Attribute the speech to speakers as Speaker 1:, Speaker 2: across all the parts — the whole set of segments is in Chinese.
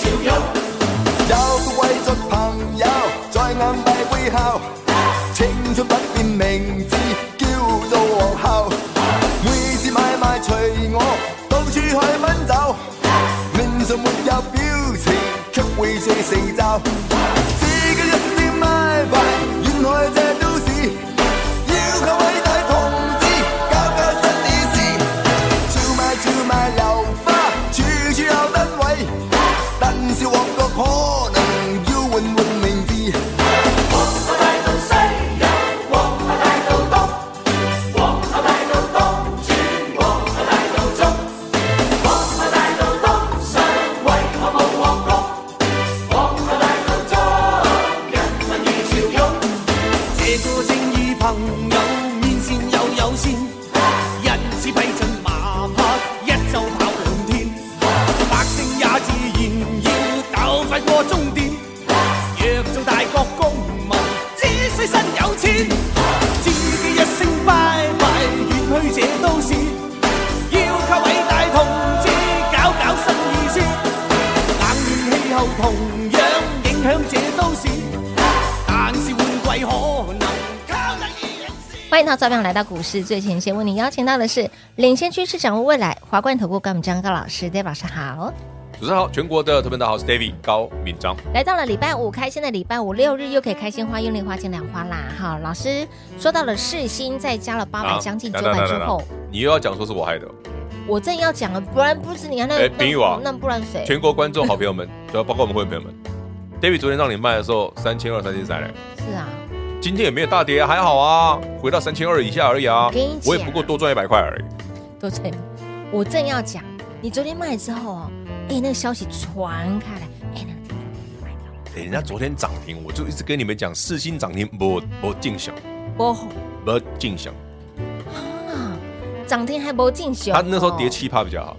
Speaker 1: 有個貴族朋友在眼閉微笑，青春不變名字叫做皇后。每次買賣隨我到處去奔走，面上沒有表情，卻會最成就。自己一啲買賣，沿海這都市，要靠偉大同志搞搞實意事。超買超買流花，處處有燈位，但是旺角可能要換換名字。
Speaker 2: 这个正义朋友面善又友善，人似避盡麻拍，一周跑兩天，百姓也自然要鬥快過終點。若做大國公民，只需身有錢，自己一聲拜拜，遠去這都市，要靠偉大同志搞搞新意思。冷暖氣候同樣影響這都市，但是換季可能靠得意人士。
Speaker 3: 欢迎到照样来到股市最前线，为你邀请到的是领先趋势、掌握未来华冠投顾高敏章高老师，大家晚上好。
Speaker 4: 主持人好，全国的特别大家好，我是 David 高敏章。
Speaker 3: 来到了礼拜五，开心的礼拜五，六日又可以开心花、用力花、钱两花啦。好，老师说到了世新，再加了八百
Speaker 4: 啊
Speaker 3: 将近九
Speaker 4: 来来
Speaker 3: 百
Speaker 4: 来
Speaker 3: 之
Speaker 4: 来来
Speaker 3: 后，
Speaker 4: 你又要讲说是我害的哦，
Speaker 3: 我正要讲了，不然不是你啊，那
Speaker 4: 哎
Speaker 3: 那
Speaker 4: 冰玉啊
Speaker 3: 那不然谁？
Speaker 4: 全国观众好 朋友们，对吧？包括我们会员朋友们，David 昨天让你卖的时候三千二、三千三嘞，
Speaker 3: 是啊，
Speaker 4: 今天也没有大跌啊，还好啊，回到三千二以下而已啊
Speaker 3: 我跟你，讲
Speaker 4: 我也不过多赚一百块而已。
Speaker 3: 都对。我正要讲，你昨天卖之后哦，哎，那个消息传开来，哎，那个听众也卖掉了，
Speaker 4: 哎人家昨天涨停，我就一直跟你们讲，四星涨停不不尽享，
Speaker 3: 哦
Speaker 4: 不尽享。
Speaker 3: 啊，涨停还不进熊，
Speaker 4: 他啊那时候跌
Speaker 3: 哦
Speaker 4: 七趴比较好，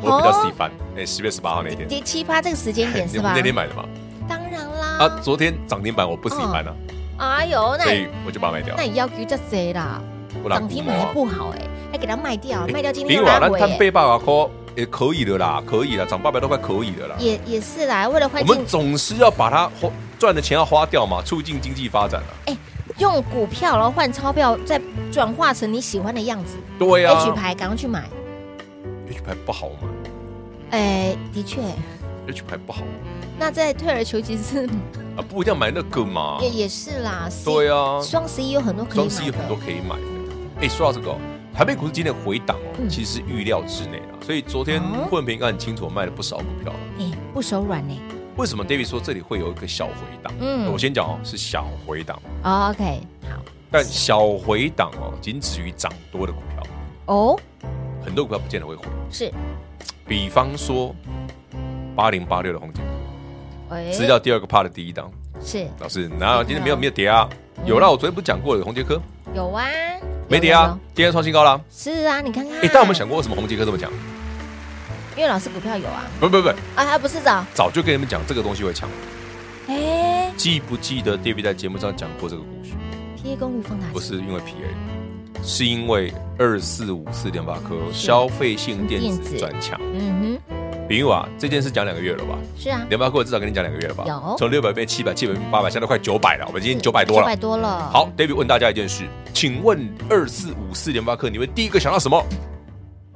Speaker 4: 我比较
Speaker 3: 哦
Speaker 4: C 翻。哎，十月十八号那一天，哎
Speaker 3: 跌七趴这个时间点
Speaker 4: 你
Speaker 3: 是
Speaker 4: 们
Speaker 3: 吧
Speaker 4: 那？天买的嘛？
Speaker 3: 当然啦，
Speaker 4: 啊，昨天涨停板我不 C 翻啊，
Speaker 3: 哎呦，那
Speaker 4: 所以我就把它卖掉
Speaker 3: 那。你要求这谁啦？
Speaker 4: 我懒
Speaker 3: 涨停
Speaker 4: 估
Speaker 3: 板还
Speaker 4: 摸啊
Speaker 3: 不好哎、还给它卖掉，卖掉今天
Speaker 4: 林
Speaker 3: 又
Speaker 4: 瓦
Speaker 3: 拉
Speaker 4: 兰
Speaker 3: 回、
Speaker 4: 探
Speaker 3: 欸，
Speaker 4: 贝爸爸科也啊可以的啦，可以啦，涨八百多块可以的啦。
Speaker 3: 哎也也是啦，为了
Speaker 4: 我
Speaker 3: 环
Speaker 4: 们
Speaker 3: 境，
Speaker 4: 总是要把它花赚的钱要花掉嘛，促进经济发展啊。
Speaker 3: 哎用股票然后换钞票，再转化成你喜欢的样子。
Speaker 4: 对啊
Speaker 3: H 牌赶快去买，
Speaker 4: ，H 牌不好嘛
Speaker 3: 哎、的确，
Speaker 4: ，H 牌不好
Speaker 3: 那再退而求其次、
Speaker 4: 啊，不一定要买那个嘛。
Speaker 3: 也也是啦。C-
Speaker 4: 哦对啊，
Speaker 3: 双十一有很多可以买
Speaker 4: 双
Speaker 3: 的，
Speaker 4: 十一有很多可以买的。哎，说到这个哦，台北股市今天回档哦
Speaker 3: 嗯，
Speaker 4: 其实预料之内啊。所以昨天
Speaker 3: 哦
Speaker 4: 混平很清楚我卖了不少股票了。
Speaker 3: 哎、不手软呢、
Speaker 4: 为什么 David 说这里会有一个小回档？
Speaker 3: 嗯
Speaker 4: 我先讲哦，是小回档，
Speaker 3: 哦 OK，好
Speaker 4: 但小回档哦，仅止于涨多的股票。
Speaker 3: 哦，
Speaker 4: 很多股票不见得会回。
Speaker 3: 是，
Speaker 4: 比方说八零八六的红景，
Speaker 3: 哎
Speaker 4: 吃掉第二个 part 的第一档。
Speaker 3: 是
Speaker 4: 老师，哪有今天没有
Speaker 3: 嗯
Speaker 4: 没有跌啊？有啦，我昨天不是讲过了，红杰科
Speaker 3: 有啊，
Speaker 4: 没跌
Speaker 3: 有有
Speaker 4: 啊
Speaker 3: 有，
Speaker 4: 今天创新高啦。
Speaker 3: 是啊，你看看。
Speaker 4: 哎，但我们想过为什么红杰科这么强？
Speaker 3: 因为老师股票有啊，
Speaker 4: 不不不，
Speaker 3: 啊啊不是的，
Speaker 4: 早就跟你们讲这个东西会强。
Speaker 3: 哎、
Speaker 4: 记不记得 David 在节目上讲过这个故事？
Speaker 3: P A 功率放大器
Speaker 4: 不是因为 PA，是因为二四五四点八颗消费性电
Speaker 3: 电子
Speaker 4: 子转强。
Speaker 3: 嗯哼，
Speaker 4: 比如啊，这件事讲两个月了吧？
Speaker 3: 是啊，
Speaker 4: 联发科至少跟你讲两个月了吧？
Speaker 3: 有
Speaker 4: 从六百变七百，七百变八百，现在都快九百了。我们今天九百多
Speaker 3: 九
Speaker 4: 了
Speaker 3: 百。多了。，
Speaker 4: 好，David 问大家一件事，请问二四五四联发科，你会第一个想到什么？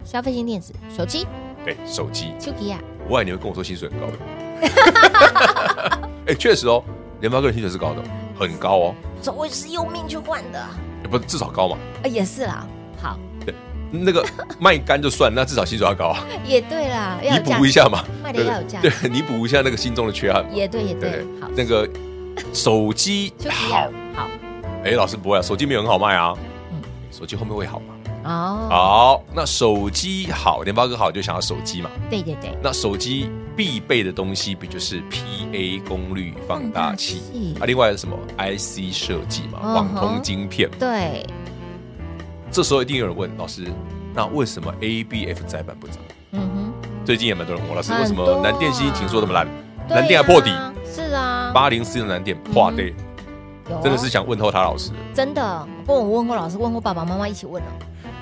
Speaker 3: 消费性电子、手机、啊
Speaker 4: 对，手机。
Speaker 3: 丘吉亚，
Speaker 4: 我爱你会跟我说薪水很高。 哎、确实哦，联发科的薪水是高的，很高哦，哎
Speaker 3: 所以我是用命去换的啊，
Speaker 4: 不至少高嘛。
Speaker 3: 也是啦。好，
Speaker 4: 那个卖干就算，那至少薪水要高啊，
Speaker 3: 也对啦，要
Speaker 4: 你
Speaker 3: 有价
Speaker 4: 补一下嘛，
Speaker 3: 卖
Speaker 4: 对
Speaker 3: 的
Speaker 4: 不
Speaker 3: 要有价
Speaker 4: 对
Speaker 3: 值，
Speaker 4: 对你补一下那个心中的缺憾嘛，
Speaker 3: 也对也对，好，
Speaker 4: 那个 手机
Speaker 3: 丘吉
Speaker 4: 好
Speaker 3: 亚，好
Speaker 4: 哎，老师不会啊，手机没有很好卖啊
Speaker 3: 嗯，
Speaker 4: 手机后面会好嘛？
Speaker 3: 哦，
Speaker 4: 好，那手机好，联发科好就想要手机嘛，
Speaker 3: 对对对，
Speaker 4: 那手机必备的东西不就是 PA 功率放大器
Speaker 3: 放大器
Speaker 4: 啊？另外是什么 IC 设计嘛，
Speaker 3: 嗯哼
Speaker 4: 网通晶片。
Speaker 3: 对，
Speaker 4: 这时候一定有人问老师，那为什么 ABF 载板不涨？
Speaker 3: 嗯
Speaker 4: 最近也蛮多人问老师，
Speaker 3: 很
Speaker 4: 为
Speaker 3: 多
Speaker 4: 什么南电新情说这么烂，
Speaker 3: 哼，
Speaker 4: 南
Speaker 3: 对
Speaker 4: 电
Speaker 3: 啊嗯
Speaker 4: 还破底，
Speaker 3: 是啊，
Speaker 4: 八零四的南电破底，
Speaker 3: 有啊
Speaker 4: 真的是想问候他老师，
Speaker 3: 真的，不，我问过老师，问过爸爸妈妈一起问哦，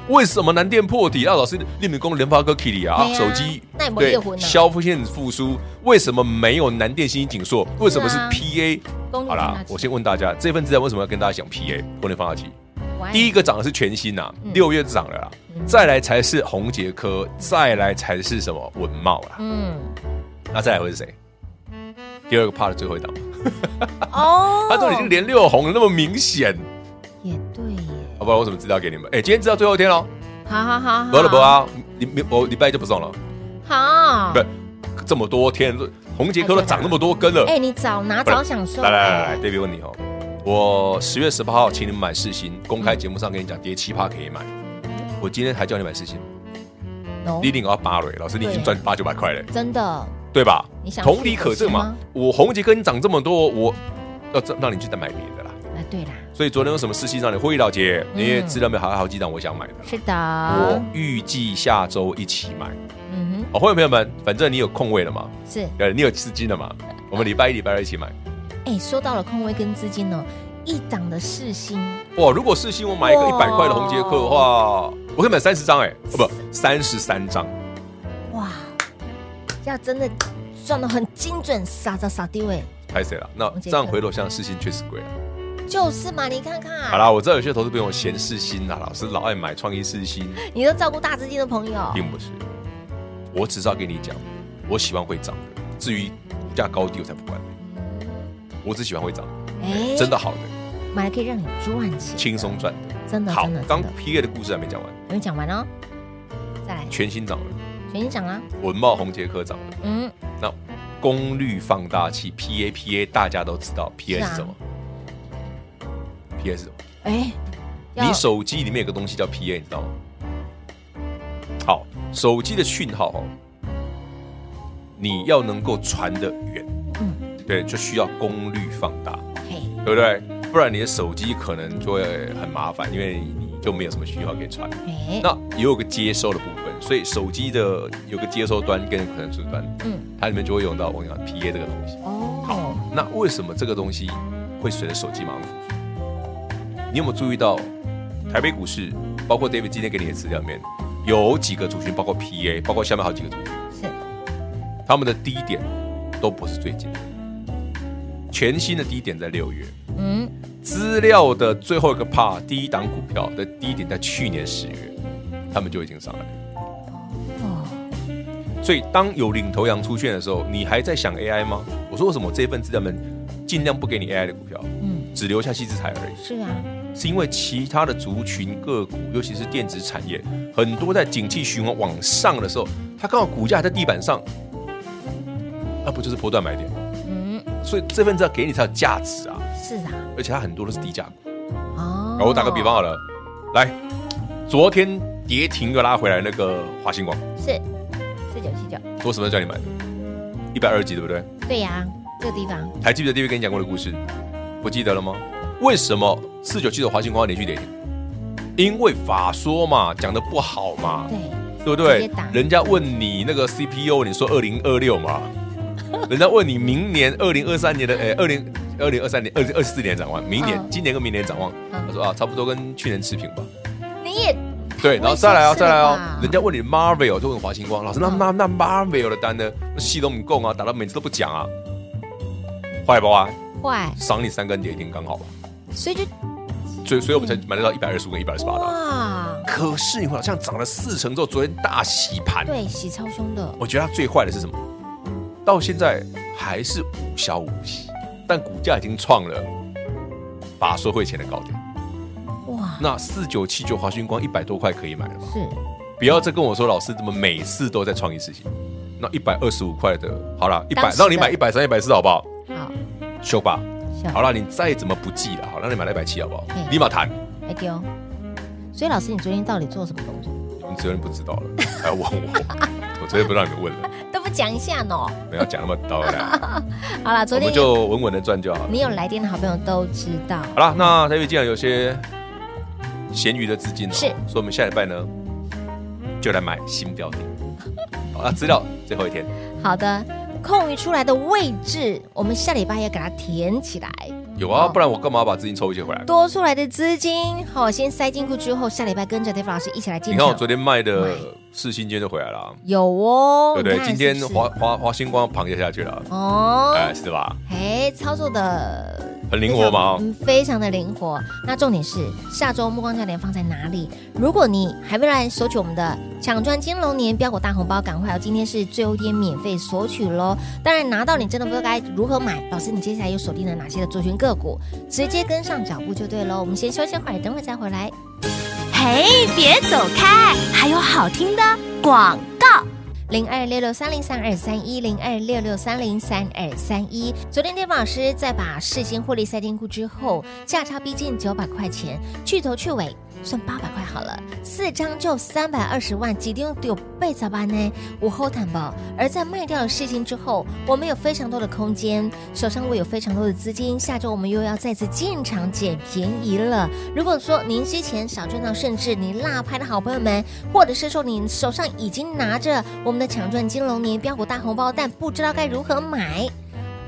Speaker 4: 为什么南电破底？啊，老师，你们供联发科 Kitty 啊，
Speaker 3: 对啊
Speaker 4: 手机
Speaker 3: 那有没有猎魂啊
Speaker 4: 消费线复苏，为什么没有南电新景硕？为什么是
Speaker 3: 是啊
Speaker 4: PA？
Speaker 3: 功率
Speaker 4: 好啦，我先问大家，这份资料为什么要跟大家讲 PA 功能放大器？第一
Speaker 3: 个
Speaker 4: 个涨的是全新呐
Speaker 3: 哎嗯，
Speaker 4: 六月涨了啦，再来才是红杰科，再来才是什么文茂啦，
Speaker 3: 嗯，
Speaker 4: 那再来会是谁？第二个 part 的最后一档，
Speaker 3: 哦，
Speaker 4: 它都已经连六红了，那么明显，
Speaker 3: 也对耶，
Speaker 4: 好不然我怎么资料给你们？哎，今天资料最后一天
Speaker 3: 啊
Speaker 4: 喽，
Speaker 3: 好好好，好
Speaker 4: 不了不，啊，你你我礼拜一就不送了，
Speaker 3: 好，
Speaker 4: 不，这么多天，红杰科都涨那么多根了，
Speaker 3: 哎，你早拿
Speaker 4: 不然
Speaker 3: 早享受，
Speaker 4: 来来来来
Speaker 3: 哎，
Speaker 4: ，David 问你哦，我十月十八号请你们买世新，公开节目上跟你讲跌七趴可以买，我今天还叫你买世新，
Speaker 3: 哎，no，
Speaker 4: 你领要八了，老师你已经赚八九百块了，
Speaker 3: 真的，
Speaker 4: 对吧
Speaker 3: 你？想
Speaker 4: 同理可证嘛，我红杰跟你涨这么多，我要这让你去再买别的啦。
Speaker 3: 哎，对啦，
Speaker 4: 所以昨天有什么事情让你会议了解？因为资料没有还有好几档我想买的啦，
Speaker 3: 是啊
Speaker 4: 我
Speaker 3: 的，
Speaker 4: 预计下周一起买。
Speaker 3: 嗯
Speaker 4: 哦，会员朋友们，反正你有空位了嘛，
Speaker 3: 哼，是。
Speaker 4: 呃，你有资金了嘛，我们礼拜一、礼拜二一起买。
Speaker 3: 哎，说到了空位跟资金呢，一档的世新
Speaker 4: 哇，如果世新我买一个一
Speaker 3: 哇
Speaker 4: 百块的红杰克的话，我可以买三十张哎，哦不，三十三张，
Speaker 3: 哇，要真的算的很精准，傻傻傻地位，
Speaker 4: 拍谁了？那
Speaker 3: 红杰
Speaker 4: 这
Speaker 3: 克
Speaker 4: 样回头像世新确实贵啊。
Speaker 3: 就是嘛，你看看，
Speaker 4: 好啦，我知道有些投资朋友嫌世新啦，老师老爱买创意世新，
Speaker 3: 你都照顾大资金的朋友，
Speaker 4: 并不是。我只是要跟你讲，我喜欢会涨的，至于股价高低我才不管。我只喜欢会涨的，
Speaker 3: 哎
Speaker 4: 真的好的，
Speaker 3: 买了可以让你赚钱，
Speaker 4: 轻松赚的。
Speaker 3: 真的
Speaker 4: 好
Speaker 3: 真的，
Speaker 4: 刚
Speaker 3: 真的，
Speaker 4: P A 的故事还没讲完，
Speaker 3: 还没讲完哦，再来，
Speaker 4: 全新涨了，
Speaker 3: 全新涨啦，
Speaker 4: 文茂红杰科涨了，
Speaker 3: 啊嗯，
Speaker 4: 那功率放大器 P A P A 大家都知道，P A
Speaker 3: 是啊
Speaker 4: 是什么？P A 是什么？
Speaker 3: 哎，要
Speaker 4: 你手机里面有个东西叫 PA，你知道吗？好，手机的讯号哦，你要能够传得远，
Speaker 3: 嗯
Speaker 4: 对，就需要功率放大，
Speaker 3: 嘿，
Speaker 4: 对不对？不然你的手机可能就会很麻烦，因为你就没有什么讯号可以传。
Speaker 3: 哎，
Speaker 4: 那也有个接收的部分，所以手机的有个接收端跟可能是端，
Speaker 3: 嗯，
Speaker 4: 它里面就会用到我跟你讲 PA 这个东西。
Speaker 3: 哦，
Speaker 4: 那为什么这个东西会随着手机马上复苏？你有没有注意到台北股市，包括 David 今天给你的资料里面，有几个族群，包括 PA，包括下面好几个族群，
Speaker 3: 是，
Speaker 4: 他们的低点都不是最近的，全新的低点在六月，
Speaker 3: 嗯，
Speaker 4: 资料的最后一个 part 第一档股票的低点在去年十月，他们就已经上来了。
Speaker 3: 哦，
Speaker 4: 所以当有领头羊出现的时候，你还在想 AI 吗？我说为什么我这份资料里面尽量不给你 AI 的股票，
Speaker 3: 嗯，
Speaker 4: 只留下细资材而已？
Speaker 3: 是啊，
Speaker 4: 是因为其他的族群个股，尤其是电子产业，很多在景气循环往上的时候，它刚好股价还在地板上，那不就是波段买点？
Speaker 3: 嗯，
Speaker 4: 所以这份资料给你才有价值啊！
Speaker 3: 是啊，
Speaker 4: 而且它很多都是低价股。
Speaker 3: 哦，
Speaker 4: 我打个比方，好了，来，昨天跌停又拉回来那个华星光，
Speaker 3: 是四九七九，
Speaker 4: 我什么时候叫你买的？一百二级对不对？
Speaker 3: 对呀，这个地方，
Speaker 4: 还记不记得 d a 跟你讲过的故事？不记得了吗？为什么四九七的华星光连续跌停？因为法说嘛，讲的不好嘛。
Speaker 3: 对，
Speaker 4: 对不
Speaker 3: 直接
Speaker 4: 对
Speaker 3: 打？
Speaker 4: 人家问你那个 CPU，你说二零二 六嘛？人家问你明年二零二三年的，诶，二零二零二三年、二零二四年展望，明年、
Speaker 3: 嗯
Speaker 4: 今年跟明年展望，
Speaker 3: 嗯
Speaker 4: 他说啊，差不多跟去年持平吧。
Speaker 3: 你也
Speaker 4: 对，然后再来哦，再来哦
Speaker 3: 吧，嗯
Speaker 4: 人家问你 Marvel 就问华星光老师，那那那 Marvel 的单呢？那戏都不够啊，打到每次都不讲啊，坏不啊？
Speaker 3: 坏，
Speaker 4: 赏你三根跌停刚好吧，啊
Speaker 3: 所以就
Speaker 4: 所以所以我们才
Speaker 3: 嗯
Speaker 4: 买得到一百二十五跟一百二十八的啊。
Speaker 3: 哇，
Speaker 4: 可是你会好像涨了四成之后，昨天大洗盘，
Speaker 3: 对，洗超凶的，
Speaker 4: 我觉得它最坏的是什么？到现在还是无消无息，但股价已经创了法说会前的高点。
Speaker 3: 哇，
Speaker 4: 那四九七九华讯光一百多块可以买了吧？
Speaker 3: 是
Speaker 4: 不要再跟我说老师怎么每次都在创意事情。那一百二十五块的，好啦，一
Speaker 3: 当
Speaker 4: 百
Speaker 3: 时的
Speaker 4: 让你买一百三、一百四好不好？
Speaker 3: 好，
Speaker 4: 秀吧，
Speaker 3: 秀
Speaker 4: 好啦，你再怎么不济了，好，让你买到一百七好不好
Speaker 3: 嗯？
Speaker 4: 立马谈。
Speaker 3: 哎丢。所以老师，你昨天到底做什么动作？
Speaker 4: 你昨天不知道了， 还要问我？我昨天不让你问了，
Speaker 3: 都不讲一下呢？
Speaker 4: 不要讲那么多了，
Speaker 3: 好了，
Speaker 4: 我
Speaker 3: 昨天
Speaker 4: 们就稳稳的赚就好了。
Speaker 3: 你有来电的好朋友都知道，
Speaker 4: 好啦，那台北既然有些闲余的资金哦，
Speaker 3: 是
Speaker 4: 所以我们下礼拜呢就来买新标的。 好，那资料最后一天，
Speaker 3: 好的，空余出来的位置，我们下礼拜要给它填起来。
Speaker 4: 有啊，
Speaker 3: 哦
Speaker 4: 不然我干嘛把资金抽一些回来？
Speaker 3: 多出来的资金，好、先塞进去之后，下礼拜跟着 Dave 老师一起来进
Speaker 4: 你
Speaker 3: 场。
Speaker 4: 看我昨天卖
Speaker 3: 买
Speaker 4: 的四星今天就回来了啊，
Speaker 3: 有哦，
Speaker 4: 对不对
Speaker 3: 你？看
Speaker 4: 今天
Speaker 3: 是不是
Speaker 4: 华华华星光螃蟹下去了，
Speaker 3: 哦，
Speaker 4: 哎，是吧？
Speaker 3: 哎，操作的
Speaker 4: 很灵活嘛
Speaker 3: 嗯，非常的灵活。那重点是下周目光焦点放在哪里？如果你还没来索取我们的抢赚金龙年标股大红包，赶快哦！今天是最后一天免费索取喽。当然拿到你真的不知道该如何买，老师你接下来又锁定了哪些的族群个股，直接跟上脚步就对喽。我们先休息会儿，等会再回来。
Speaker 5: 嘿，别走开，还有好听的广告。
Speaker 3: 零二六六三零三二三一零二六六三零三二三一。昨天 d a 老师在把世新获利塞进库之后，价差逼近九百块钱，去头去尾算八百块好了，四张就三百二十万，几定有倍咋办呢？我后坦吧。而在卖掉了世新之后，我们有非常多的空间，手上我有非常多的资金，下周我们又要再次进场捡便宜了。如果说您之前少赚到，甚至你落拍的好朋友们，或者是说你手上已经拿着我们的抢赚金龙年标股大红包，但不知道该如何买。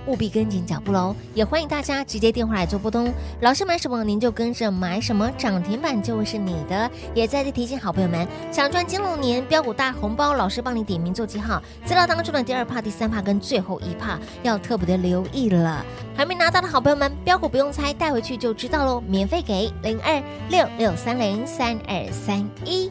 Speaker 3: 务必跟紧脚步喽！也欢迎大家直接电话来做拨通，老师买什么您就跟着买什么，涨停板就会是你的。也再次提醒好朋友们，想赚金龙年标股大红包，老师帮你点名做记号，资料当中的第二帕、第三帕跟最后一帕要特别的留意了。还没拿到的好朋友们，标股不用猜，带回去就知道喽，免费给零二六六三零三二三一。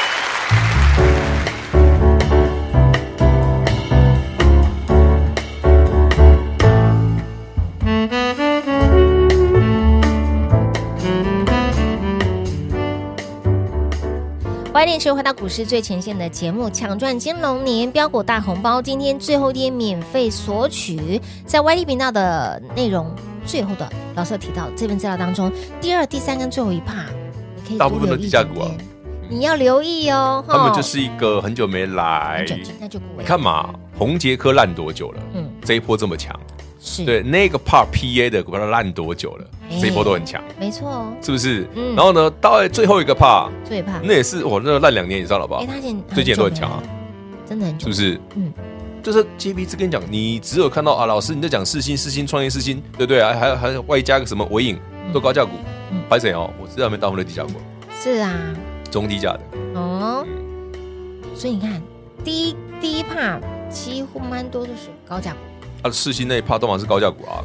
Speaker 3: 欢迎收回到股市最前线的节目，抢赚金龙年标股大红包，今天最后一天免费索取，在 YT 频道的内容最后的老师有提到这份资料当中，第二、第三跟最后一帕，你可以
Speaker 4: 大部分
Speaker 3: 多
Speaker 4: 都
Speaker 3: 留意
Speaker 4: 低价股啊
Speaker 3: 一点点，你要留意哦。
Speaker 4: 他们
Speaker 3: 吼
Speaker 4: 就是一哎个很久没来
Speaker 3: 很，久那就不会
Speaker 4: 你看嘛，红杰科烂多久了？
Speaker 3: 哦嗯
Speaker 4: 嗯，这一波这么强，
Speaker 3: 是
Speaker 4: 对，，那个 Part PA 的股票它烂多久了
Speaker 3: 哎？
Speaker 4: 这一波都很强，
Speaker 3: 没错哦，
Speaker 4: 是不是？
Speaker 3: 嗯
Speaker 4: 然后呢，到最后一个 Part，
Speaker 3: 最怕
Speaker 4: 那也是我那个烂两年以上了吧
Speaker 3: 哎，？他现
Speaker 4: 最近也都很强啊，
Speaker 3: 真的很
Speaker 4: 是
Speaker 3: 久
Speaker 4: 不，是？
Speaker 3: 嗯
Speaker 4: 嗯，就是 J B 只跟你讲，你只有看到啊，老师你在讲四星、四星创业、四星，对不对？还还还外加个什么尾影，都高价股
Speaker 3: 嗯，
Speaker 4: 白谁哦？我知道没大部分都低价股，
Speaker 3: 是啊，
Speaker 4: 中低价的，
Speaker 3: 哦，
Speaker 4: 嗯，
Speaker 3: 所以你看第一第一帕几乎蛮多都是高价股。
Speaker 4: 它的啊四星那一趴都好像是高价股啊。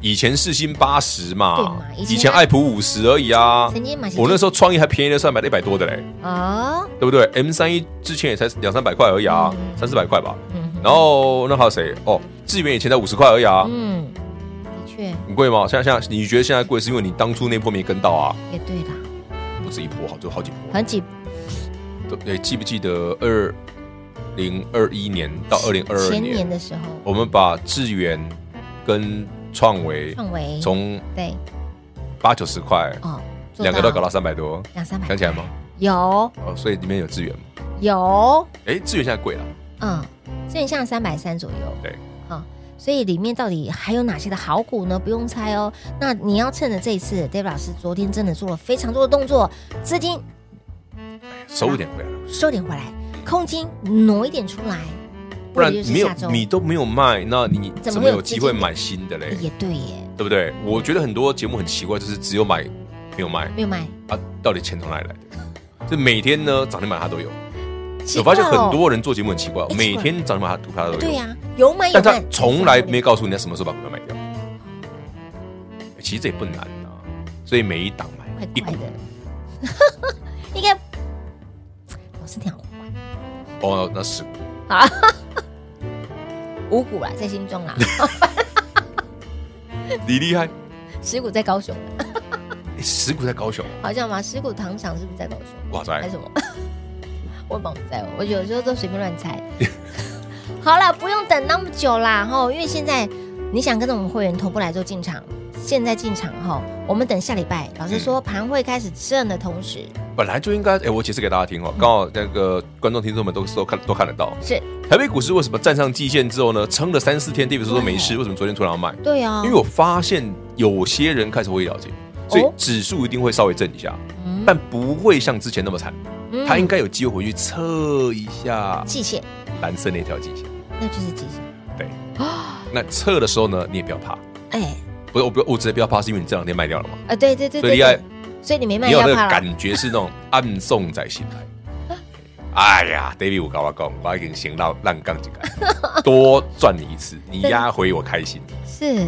Speaker 4: 以前四星八十
Speaker 3: 对
Speaker 4: 嘛
Speaker 3: 嘛，以前
Speaker 4: 以前爱普五十而已啊。
Speaker 3: 曾经买是
Speaker 4: 我那时候创意还便宜的时候还买了一百多的嘞，
Speaker 3: 哦，
Speaker 4: 对不对？M 三一之前也才两三百块而已啊，
Speaker 3: 嗯
Speaker 4: 三四百块吧。
Speaker 3: 嗯
Speaker 4: 然后那还有谁？哦，智源以前才五十块而已啊，
Speaker 3: 嗯，的确
Speaker 4: 很贵吗？现在现在你觉得现在贵，是因为你当初那波没跟到啊？
Speaker 3: 也对啦，
Speaker 4: 不止一波，好就好几波。
Speaker 3: 很几
Speaker 4: 对对，记不记得二零二一年到二零二二
Speaker 3: 前
Speaker 4: 年
Speaker 3: 年，的时候，
Speaker 4: 我们把智源跟创维
Speaker 3: 创维
Speaker 4: 从
Speaker 3: 对
Speaker 4: 八九十块，
Speaker 3: 哦，做
Speaker 4: 两个都搞到三百多，
Speaker 3: 两三百，
Speaker 4: 想起来吗？
Speaker 3: 有
Speaker 4: 哦，所以里面有智源嘛？
Speaker 3: 有，
Speaker 4: 哎，智源现在贵了，
Speaker 3: 嗯，所以像三百三左右，
Speaker 4: 对，
Speaker 3: 啊、所以里面到底还有哪些的好股呢？不用猜哦。那你要趁着这一次，Dave 老师昨天真的做了非常多的动作，资金
Speaker 4: 收一点回来了。
Speaker 3: 收点回来，空金挪一点出来，
Speaker 4: 不然
Speaker 3: 或者就是
Speaker 4: 没有
Speaker 3: 下周
Speaker 4: 你都没有卖，那你
Speaker 3: 怎么
Speaker 4: 怎
Speaker 3: 会
Speaker 4: 么
Speaker 3: 有
Speaker 4: 有机会买新的嘞？
Speaker 3: 也对耶，
Speaker 4: 对不对？我觉得很多节目很奇怪，就是只有买没有卖
Speaker 3: 没有卖，
Speaker 4: 啊，到底钱从哪里来的？就每天呢涨停板它都有，
Speaker 3: 奇
Speaker 4: 我
Speaker 3: 怪
Speaker 4: 发
Speaker 3: 哦
Speaker 4: 现很多人做节目很奇怪，哦
Speaker 3: 怪
Speaker 4: 每天涨停板它股票它都
Speaker 3: 对
Speaker 4: 有，
Speaker 3: 呀、有买有
Speaker 4: 哎但他
Speaker 3: 卖，
Speaker 4: 从来没告诉你他什么时候把股票卖掉。哎其实这也不难啊， 所以每一档买
Speaker 3: 怪
Speaker 4: 一
Speaker 3: 怪
Speaker 4: 股
Speaker 3: 的，应该老是两股吗？
Speaker 4: 哦，那十股
Speaker 3: 五股啦，在新庄啊 啦，
Speaker 4: 你厉害，哎
Speaker 3: 十股在高雄，
Speaker 4: 十股在高雄，
Speaker 3: 好像嘛，十股糖厂是不是在高雄？
Speaker 4: 哇
Speaker 3: 还
Speaker 4: 塞
Speaker 3: 是，什么？ 我也不在哦，我有时候都随便乱猜。 好了，不用等那么久啦，吼，因为现在你想跟着我们会员同步来做进场，现在进场吼，我们等下礼拜老师说
Speaker 4: 嗯
Speaker 3: 盘会开始震的同时，
Speaker 4: 本来就应该，哎，我解释给大家听哦，刚好那个观众听众们都都看都看得到，
Speaker 3: 嗯是
Speaker 4: 台北股市为什么站上季线之后呢，撑了三四天，跌幅说都没事，为什么昨天突然要卖？
Speaker 3: 对啊，
Speaker 4: 因为我发现有些人开始会了解，
Speaker 3: 哦
Speaker 4: 所以指数一定会稍微震一下，但不会像之前那么惨，
Speaker 3: 嗯
Speaker 4: 它应该有机会回去测一下
Speaker 3: 季线，
Speaker 4: 蓝色那条季线。
Speaker 3: 那就是季线，
Speaker 4: 对，那测的时候呢，你也不要怕，
Speaker 3: 哎，
Speaker 4: 不是我不我直接不要怕，是因为你这两天卖掉了嘛，
Speaker 3: 啊，对对对对
Speaker 4: 所以厉害
Speaker 3: 对，所以你没卖
Speaker 4: 你有
Speaker 3: 要
Speaker 4: 那个
Speaker 3: 怕了，
Speaker 4: 感觉是那种暗送仔心态。哎呀，David，我跟我讲，我已经行到烂杠几个， 多赚你一次，你压回我 开心。哎
Speaker 3: 是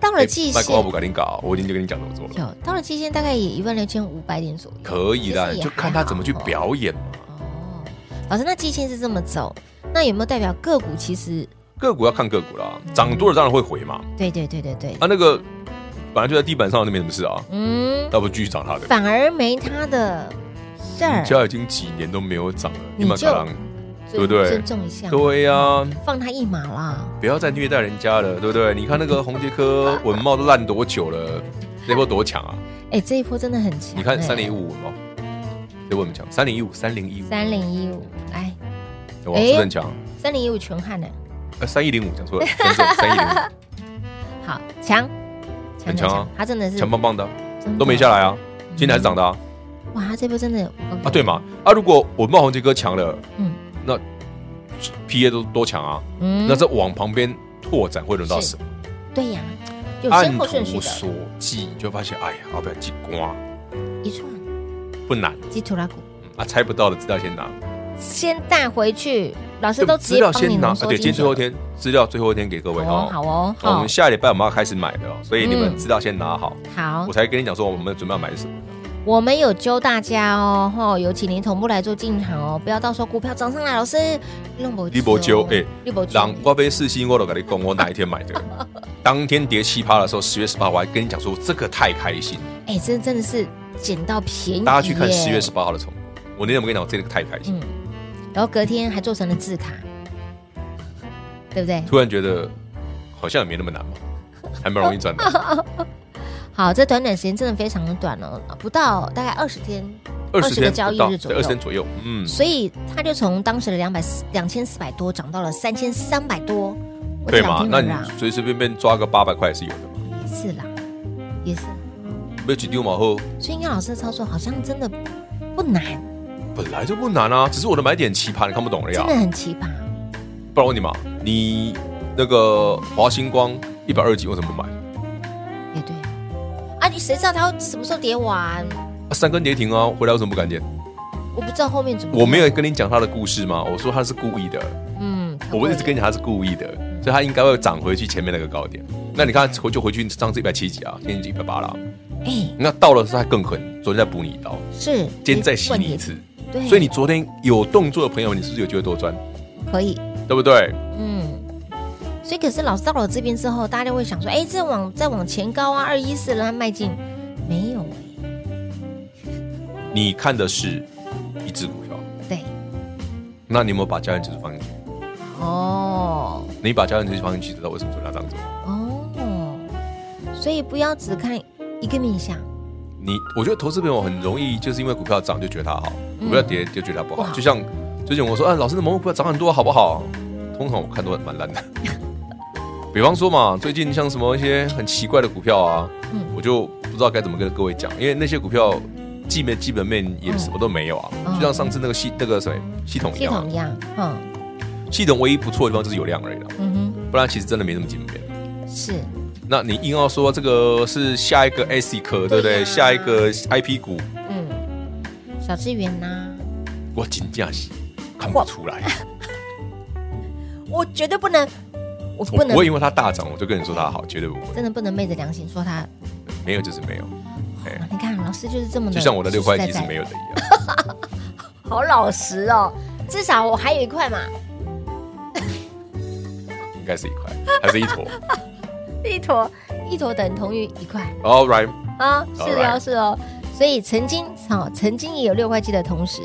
Speaker 3: 到了季
Speaker 4: 麦克我
Speaker 3: 线
Speaker 4: 不，赶紧搞，我已经就跟你讲怎么做了。
Speaker 3: 有到了季线大概也一万六千五百点左右，
Speaker 4: 可以的，
Speaker 3: 其实也
Speaker 4: 就看
Speaker 3: 还
Speaker 4: 他
Speaker 3: 好
Speaker 4: 怎么去
Speaker 3: 哦
Speaker 4: 表演嘛。
Speaker 3: 哦，老师，那季线是这么走，那有没有代表个股其实？
Speaker 4: 个股要看个股啦，涨多了当然会回嘛。
Speaker 3: 对对对对对，
Speaker 4: 啊，那个本来就在地板上，那没什么事啊，
Speaker 3: 嗯，
Speaker 4: 要不继续涨它的。
Speaker 3: 反而没他的事儿，
Speaker 4: 现在已经几年都没有涨了，
Speaker 3: 你
Speaker 4: 们
Speaker 3: 就
Speaker 4: 可能对不对
Speaker 3: 尊重一下，
Speaker 4: 对呀、
Speaker 3: 放他一马啦。
Speaker 4: 不要再虐待人家了，对不对？你看那个红 杰科文茂都烂多久了，这波多强啊！
Speaker 3: 哎，这一波真的很强哎，
Speaker 4: 你看三零一五文茂，这波很强，三零一五，三零一五，
Speaker 3: 三零一五，哎，
Speaker 4: 哇，是不是很强？
Speaker 3: 三零一五全汉呢，
Speaker 4: 呃，三一零五讲错了，三一零
Speaker 3: 好强，
Speaker 4: 很强啊
Speaker 3: 他真的是
Speaker 4: 五，强棒棒的，
Speaker 3: 真的
Speaker 4: 都没下来啊，今天还是涨的啊。
Speaker 3: 哇，他这波真的
Speaker 4: 啊，对，嘛？啊，如果我茂宏杰哥强了，
Speaker 3: 嗯
Speaker 4: 嗯，那 P A 都多强啊，
Speaker 3: 嗯
Speaker 4: 那这往旁边拓展会轮到
Speaker 3: 是
Speaker 4: 什么？
Speaker 3: 对呀，有
Speaker 4: 按
Speaker 3: 先后顺序
Speaker 4: 图
Speaker 3: 的，
Speaker 4: 索骥，你就发现，哎呀，要不要记瓜
Speaker 3: 一串
Speaker 4: 啊不难
Speaker 3: 基图拉股，
Speaker 4: 啊，猜不到的资料先拿，
Speaker 3: 先带回去，老师都直
Speaker 4: 资
Speaker 3: 接
Speaker 4: 料
Speaker 3: 帮你
Speaker 4: 先拿
Speaker 3: 浓
Speaker 4: 啊，
Speaker 3: 缩
Speaker 4: 对，今
Speaker 3: 精
Speaker 4: 天最后一
Speaker 3: 准，
Speaker 4: 天，资料最后一天给各位
Speaker 3: 好哦
Speaker 4: 哦，
Speaker 3: 好哦
Speaker 4: 那我们
Speaker 3: 好
Speaker 4: 下礼拜我们要开始买了哦，所以你们
Speaker 3: 嗯
Speaker 4: 资料先拿好，
Speaker 3: 好
Speaker 4: 我，才跟你讲说我们准备要买什么。
Speaker 3: 我们有揪大家哦，吼，有请您同步来做进场哦，不要到时候股票涨上来，老师弄不
Speaker 4: 你没揪哎
Speaker 3: 你没揪
Speaker 4: 让我被四星，我都跟你讲，我哪一天买 的？当天跌七趴的时候，十月十八，我还跟你讲说这个太开心。
Speaker 3: 哎，这真的是捡到便宜嗯耶，
Speaker 4: 大家去看十月十八号的重播。我那天我跟你讲，我这个太开
Speaker 3: 嗯，
Speaker 4: 心，
Speaker 3: 然后隔天还做成了字卡，对不对？
Speaker 4: 突然觉得好像也没那么难嘛，还蛮容易赚 的。
Speaker 3: 好，这短短时间真的非常的短哦，不到大概二十天，
Speaker 4: 二十
Speaker 3: 20个
Speaker 4: 天
Speaker 3: 交
Speaker 4: 不
Speaker 3: 易
Speaker 4: 到，
Speaker 3: 日左
Speaker 4: 对，二十天
Speaker 3: 右。
Speaker 4: 左右。嗯，
Speaker 3: 所以他就从当时的两百两千四百多涨到了三千三百多，我
Speaker 4: 对
Speaker 3: 这两
Speaker 4: 嘛？
Speaker 3: 天
Speaker 4: 那
Speaker 3: 而已
Speaker 4: 你
Speaker 3: 啊
Speaker 4: 随随便便抓个八百块也是有的嘛。
Speaker 3: 也是啦，也是，
Speaker 4: 被举丢毛后
Speaker 3: 所以应该老师的操作好像真的不难。
Speaker 4: 本来就不难啊，只是我的买点奇葩，你看不懂了呀
Speaker 3: 真的。很奇葩。
Speaker 4: 不然我问你嘛，你那个华星光一百二几为什么不买？
Speaker 3: 也对啊，你谁知道他会什么时候跌完？
Speaker 4: 啊三根跌停啊，回来为什么不敢点？
Speaker 3: 我不知道后面怎么。
Speaker 4: 我没有，跟你讲他的故事吗？我说他是故意的，
Speaker 3: 嗯，
Speaker 4: 我们一直跟你讲他是故意的，所以他应该会涨回去前面那个高点。那你看回就回去上次一百七几啊，现在已经一百八了。
Speaker 3: 哎，
Speaker 4: 那到了是还更狠，昨天再补你一刀，
Speaker 3: 是
Speaker 4: 今天再洗你一
Speaker 3: 哎
Speaker 4: 次。
Speaker 3: 对，
Speaker 4: 所以你昨天有动作的朋友，你是不是有机会多赚？
Speaker 3: 可以，
Speaker 4: 对不对？
Speaker 3: 嗯。所以可是老师到了这边之后，大家就会想说，哎，这往再往前高啊，二一四了，它迈进，没有哎，
Speaker 4: 你看的是一只股票，
Speaker 3: 对，
Speaker 4: 那你有没有把家人指数放进去？
Speaker 3: 哦
Speaker 4: 你把家人指数放进去，知道为什么昨天它涨走？
Speaker 3: 哦，所以不要只看一个面相，
Speaker 4: 你我觉得投资朋友很容易就是因为股票涨就觉得它好，
Speaker 3: 嗯
Speaker 4: 股票跌就觉得它不
Speaker 3: 不
Speaker 4: 好。
Speaker 3: 好
Speaker 4: 就像最近我说，啊，老师的某某股票涨很多，好不好？通常我看都蛮烂 的。比方说嘛，最近像什么一些很奇怪的股票啊，
Speaker 3: 嗯
Speaker 4: 我就不知道该怎么跟各位讲，因为那些股票基本基本面也什么都没有啊，
Speaker 3: 嗯
Speaker 4: 就像上次那个系那个谁系统一
Speaker 3: 系
Speaker 4: 样、啊
Speaker 3: 统，一样，嗯
Speaker 4: 系统唯一不错的地方就是有量而已啦，
Speaker 3: 嗯
Speaker 4: 不然其实真的没什么基本面。
Speaker 3: 哼，是
Speaker 4: 那你硬要说这个是下一个 AC 科，对
Speaker 3: 对啊
Speaker 4: 不对？
Speaker 3: 呀
Speaker 4: 下一个 IP 股，
Speaker 3: 嗯，小资源呐。
Speaker 4: 我金价是看不出来，
Speaker 3: 我绝对不能，我
Speaker 4: 我
Speaker 3: 不能
Speaker 4: 不会，因为它大涨我就跟你说它好，绝对不会，
Speaker 3: 真的不能昧着良心说他。啊
Speaker 4: 没有就是没有，哎
Speaker 3: 你看，老师就是这么的，
Speaker 4: 就像我的六块
Speaker 3: 实
Speaker 4: 几
Speaker 3: 实在
Speaker 4: 是
Speaker 3: 在
Speaker 4: 没有的一样。
Speaker 3: 好老实哦，至少我还有一块嘛，
Speaker 4: 应该是一块，还是一 坨
Speaker 3: 一坨一坨等同于一块
Speaker 4: ？All right，
Speaker 3: 啊，是
Speaker 4: Alright
Speaker 3: 哦是哦，所以曾经好、曾经也有六块七的同时，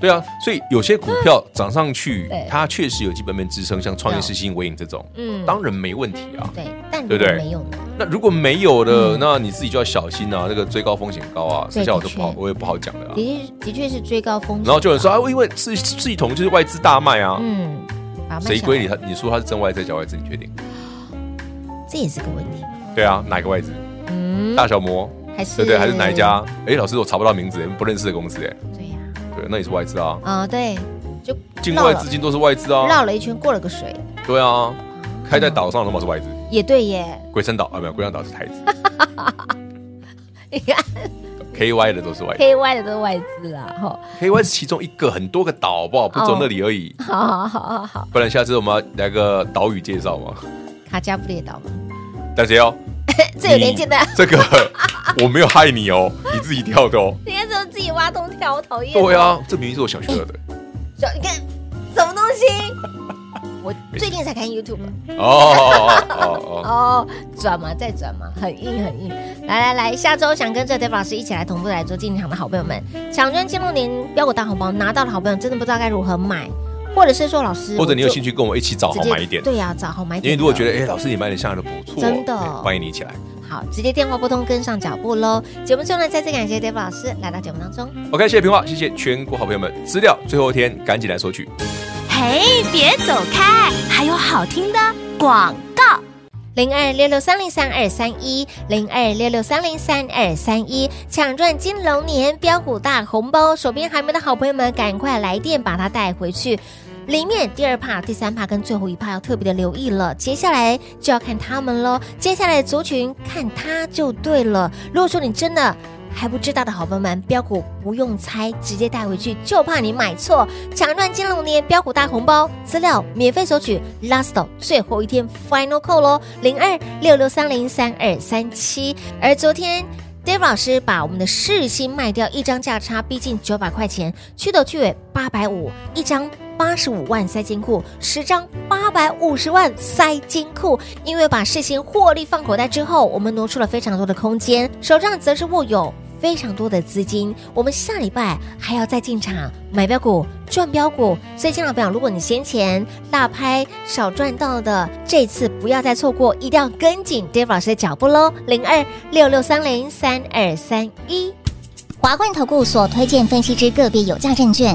Speaker 4: 对啊，所以有些股票涨上去
Speaker 3: 对，
Speaker 4: 它确实有基本面支撑，像创业世新、微影这种，
Speaker 3: 嗯，
Speaker 4: 当然没问题啊。
Speaker 3: 对，但如
Speaker 4: 对
Speaker 3: 果
Speaker 4: 不对
Speaker 3: 没有呢？
Speaker 4: 那如果没有的，那你自己就要小心啊，这个追高风险高
Speaker 3: 嗯
Speaker 4: 啊，
Speaker 3: 对
Speaker 4: 剩下我都不好
Speaker 3: 的，确
Speaker 4: 我也不好讲了啊。
Speaker 3: 的确的确是追高风险，
Speaker 4: 然后就有人说啊，因为是系统就是外资大卖啊，
Speaker 3: 嗯，把它卖
Speaker 4: 谁
Speaker 3: 下
Speaker 4: 归
Speaker 3: 来
Speaker 4: 你？他你说他是真外资假外资，你决定。
Speaker 3: 这也是个问题，
Speaker 4: 对啊，哪个外资？
Speaker 3: 嗯，
Speaker 4: 大小摩，
Speaker 3: 还是
Speaker 4: 啊对不对？还是哪一？家？哎，老师我查不到名字，不认识的公司哎。
Speaker 3: 对呀、
Speaker 4: 对，那也是外资啊，
Speaker 3: 啊，对，就
Speaker 4: 境
Speaker 3: 绕
Speaker 4: 外
Speaker 3: 了
Speaker 4: 资金都是外资啊。
Speaker 3: 绕了一嗯圈，过了个水，
Speaker 4: 对啊，开在岛上的嘛是外资，
Speaker 3: 也对 耶，
Speaker 4: 龟山岛啊没有，龟山岛是台资
Speaker 3: 你看
Speaker 4: ，KY 的都是外资
Speaker 3: KY 的都是外资啦， 吼，
Speaker 4: ，KY 是其中一个，很多个岛好不好？不走那里而已，
Speaker 3: 哦好好好好好，
Speaker 4: 不然下次我们要来个岛屿介绍嘛。
Speaker 3: 卡加布列岛嘛，
Speaker 4: 但谁哦？
Speaker 3: 这有点简单，
Speaker 4: 你这个我没有害你哦，你自己跳的哦。
Speaker 3: 你看这自己挖洞跳，我讨厌。
Speaker 4: 对啊，这明明是我想学的
Speaker 3: 小，你看什么东西？ 我最近才看 YouTube
Speaker 4: 哦哦哦 哦哦，
Speaker 3: 哦，转嘛再转嘛，很硬很硬。来来来，下周想跟着 d a v 老师一起来同步来做进场的好朋友们，想赚进入年标股大红包拿到的好朋友，真的不知道该如何买，或者是说老师，
Speaker 4: 或者你有
Speaker 3: 我就
Speaker 4: 兴趣跟我一起找
Speaker 3: 直
Speaker 4: 好
Speaker 3: 接
Speaker 4: 买一点，
Speaker 3: 对呀、找好买
Speaker 4: 因
Speaker 3: 点的。
Speaker 4: 为如果觉得哎老师你买点像的不错，
Speaker 3: 真的
Speaker 4: 哎欢迎你一起来。
Speaker 3: 好，直接电话拨通跟上脚步喽。节目最后呢，再次感谢 David 老师来到节目当中。
Speaker 4: OK，谢谢平话，谢谢全国好朋友们，资料最后一天赶紧来索取。
Speaker 5: 嘿，别走开，还有好听的广告。
Speaker 3: 零二六六三零三二三一，零二六六三零三二三一，抢赚金龙年标股大红包！手边还没的好朋友们，赶快来电把它带回去。里面第二趴、第三趴跟最后一趴要特别的留意了，接下来就要看他们喽。接下来的族群看它就对了。如果说你真的还不知道的好朋友们，标股不用猜，直接带回去，就怕你买错。抢赚金龙年标股大红包，资料免费索取，last 最后一天 final call 喽，零二六六三零三二三七。而昨天。Dave 老师把我们的世新卖掉，一张价差逼近九百块钱，去头去尾八百五，一张八十五万塞金库，十张八百五十万塞金库。因为把世新获利放口袋之后，我们挪出了非常多的空间，手上则是握有非常多的资金，我们下礼拜还要再进场买标股、赚标股。所以，亲老朋友，如果你先前大拍少赚到的，这次不要再错过，一定要跟紧 Dave 老师的脚步喽！零二六六三零三二三一。
Speaker 6: 华冠投顾所推荐分析之个别有价证券，